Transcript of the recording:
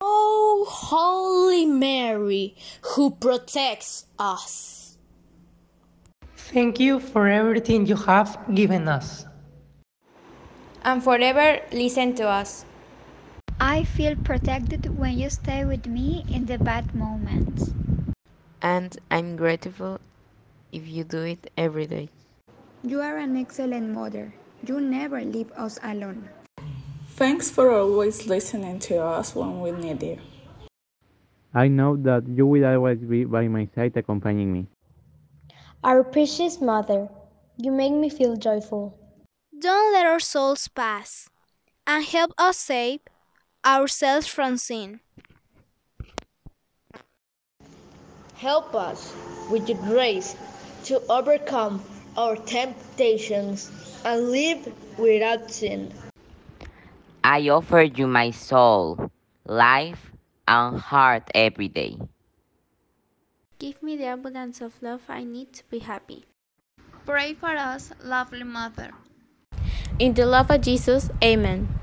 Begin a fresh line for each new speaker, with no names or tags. Oh, Holy Mary, who protects us.
Thank you for everything you have given us.
and forever listen to us.
I feel protected when you stay with me in the bad moments.
and I'm grateful if you do it every day.
You are an excellent mother. You never leave us alone.
Thanks for always listening to us when we need you.
I know that you will always be by my side accompanying me.
Our precious mother, you make me feel joyful.
Don't let our souls pass, and help us save ourselves from sin.
Help us with your grace to overcome our temptations and live without sin.
I offer you my soul, life, and heart every day.
Give me the abundance of love I need to be happy.
Pray for us, lovely Mother.
In the love of Jesus, Amen.